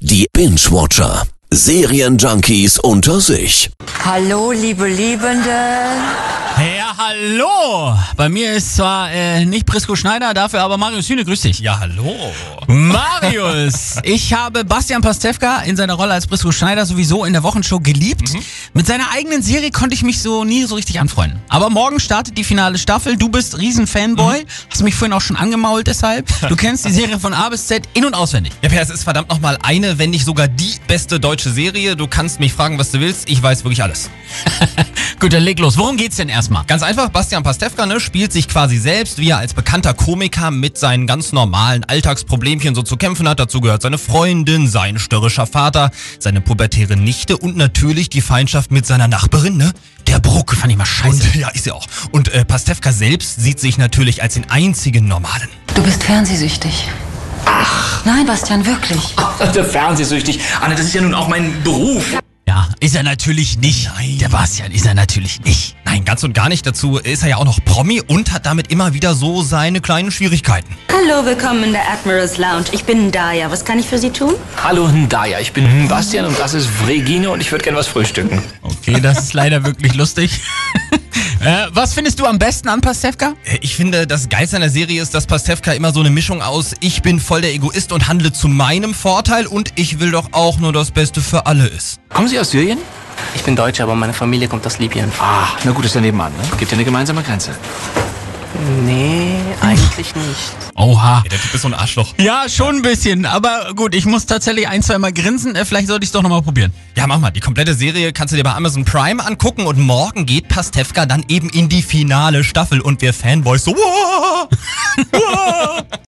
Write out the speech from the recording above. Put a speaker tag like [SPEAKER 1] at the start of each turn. [SPEAKER 1] Die Binge-Watcher. Serienjunkies unter sich.
[SPEAKER 2] Hallo, liebe Liebende.
[SPEAKER 3] Ja, hallo! Bei mir ist zwar äh, nicht Prisco Schneider, dafür aber Marius Hühne, grüß dich.
[SPEAKER 4] Ja, hallo.
[SPEAKER 3] Marius! Ich habe Bastian Pastewka in seiner Rolle als Prisco Schneider sowieso in der Wochenshow geliebt.
[SPEAKER 4] Mhm.
[SPEAKER 3] Mit seiner eigenen Serie konnte ich mich so nie so richtig anfreunden. Aber morgen startet die finale Staffel. Du bist Riesen-Fanboy.
[SPEAKER 4] Mhm.
[SPEAKER 3] Hast mich vorhin auch schon angemault deshalb. Du kennst die Serie von A bis Z in- und auswendig.
[SPEAKER 4] Ja, Per, es ist verdammt nochmal eine, wenn nicht sogar die beste deutsche Serie. Du kannst mich fragen, was du willst. Ich weiß wirklich alles.
[SPEAKER 3] Gut, dann leg los. Worum geht's denn erstmal?
[SPEAKER 4] Ganz einfach, Bastian Pastewka ne, spielt sich quasi selbst, wie er als bekannter Komiker mit seinen ganz normalen Alltagsproblemchen so zu kämpfen hat. Dazu gehört seine Freundin, sein störrischer Vater, seine pubertäre Nichte und natürlich die Feindschaft mit seiner Nachbarin, ne? Der Bruck.
[SPEAKER 3] Fand ich mal scheiße.
[SPEAKER 4] Und, ja, ist ja auch. Und äh, Pastewka selbst sieht sich natürlich als den einzigen Normalen.
[SPEAKER 2] Du bist fernsehsüchtig. Ach. Nein, Bastian, wirklich.
[SPEAKER 5] Der Fernsehsüchtig. Anne, das ist ja nun auch mein Beruf.
[SPEAKER 3] Ja, ist er natürlich nicht. Nein. Der Bastian ist er natürlich nicht.
[SPEAKER 4] Nein, ganz und gar nicht. Dazu ist er ja auch noch Promi und hat damit immer wieder so seine kleinen Schwierigkeiten.
[SPEAKER 6] Hallo, willkommen in der Admiral's Lounge. Ich bin Daya. Was kann ich für Sie tun?
[SPEAKER 5] Hallo, Ndaya. Ich bin Bastian und das ist Regine und ich würde gern was frühstücken.
[SPEAKER 3] Okay, das ist leider wirklich lustig. äh, was findest du am besten an Pastewka?
[SPEAKER 4] Äh, Ich finde, das Geilste an der Serie ist, dass Pastewka immer so eine Mischung aus ich bin voll der Egoist und handle zu meinem Vorteil und ich will doch auch nur das Beste für alle ist.
[SPEAKER 5] Kommen Sie aus Syrien?
[SPEAKER 7] Ich bin Deutscher, aber meine Familie kommt aus Libyen.
[SPEAKER 5] Ah, na gut, ist ja nebenan. Ne? Gibt ja eine gemeinsame Grenze.
[SPEAKER 7] Nee, eigentlich nicht.
[SPEAKER 3] Oha.
[SPEAKER 4] der Typ ist so ein Arschloch.
[SPEAKER 3] Ja, schon ein bisschen. Aber gut, ich muss tatsächlich ein, zwei Mal grinsen. Äh, Vielleicht sollte ich es doch nochmal probieren.
[SPEAKER 4] Ja, mach mal. Die komplette Serie kannst du dir bei Amazon Prime angucken und morgen geht Pastewka dann eben in die finale Staffel und wir Fanboys so. "Wow, wow."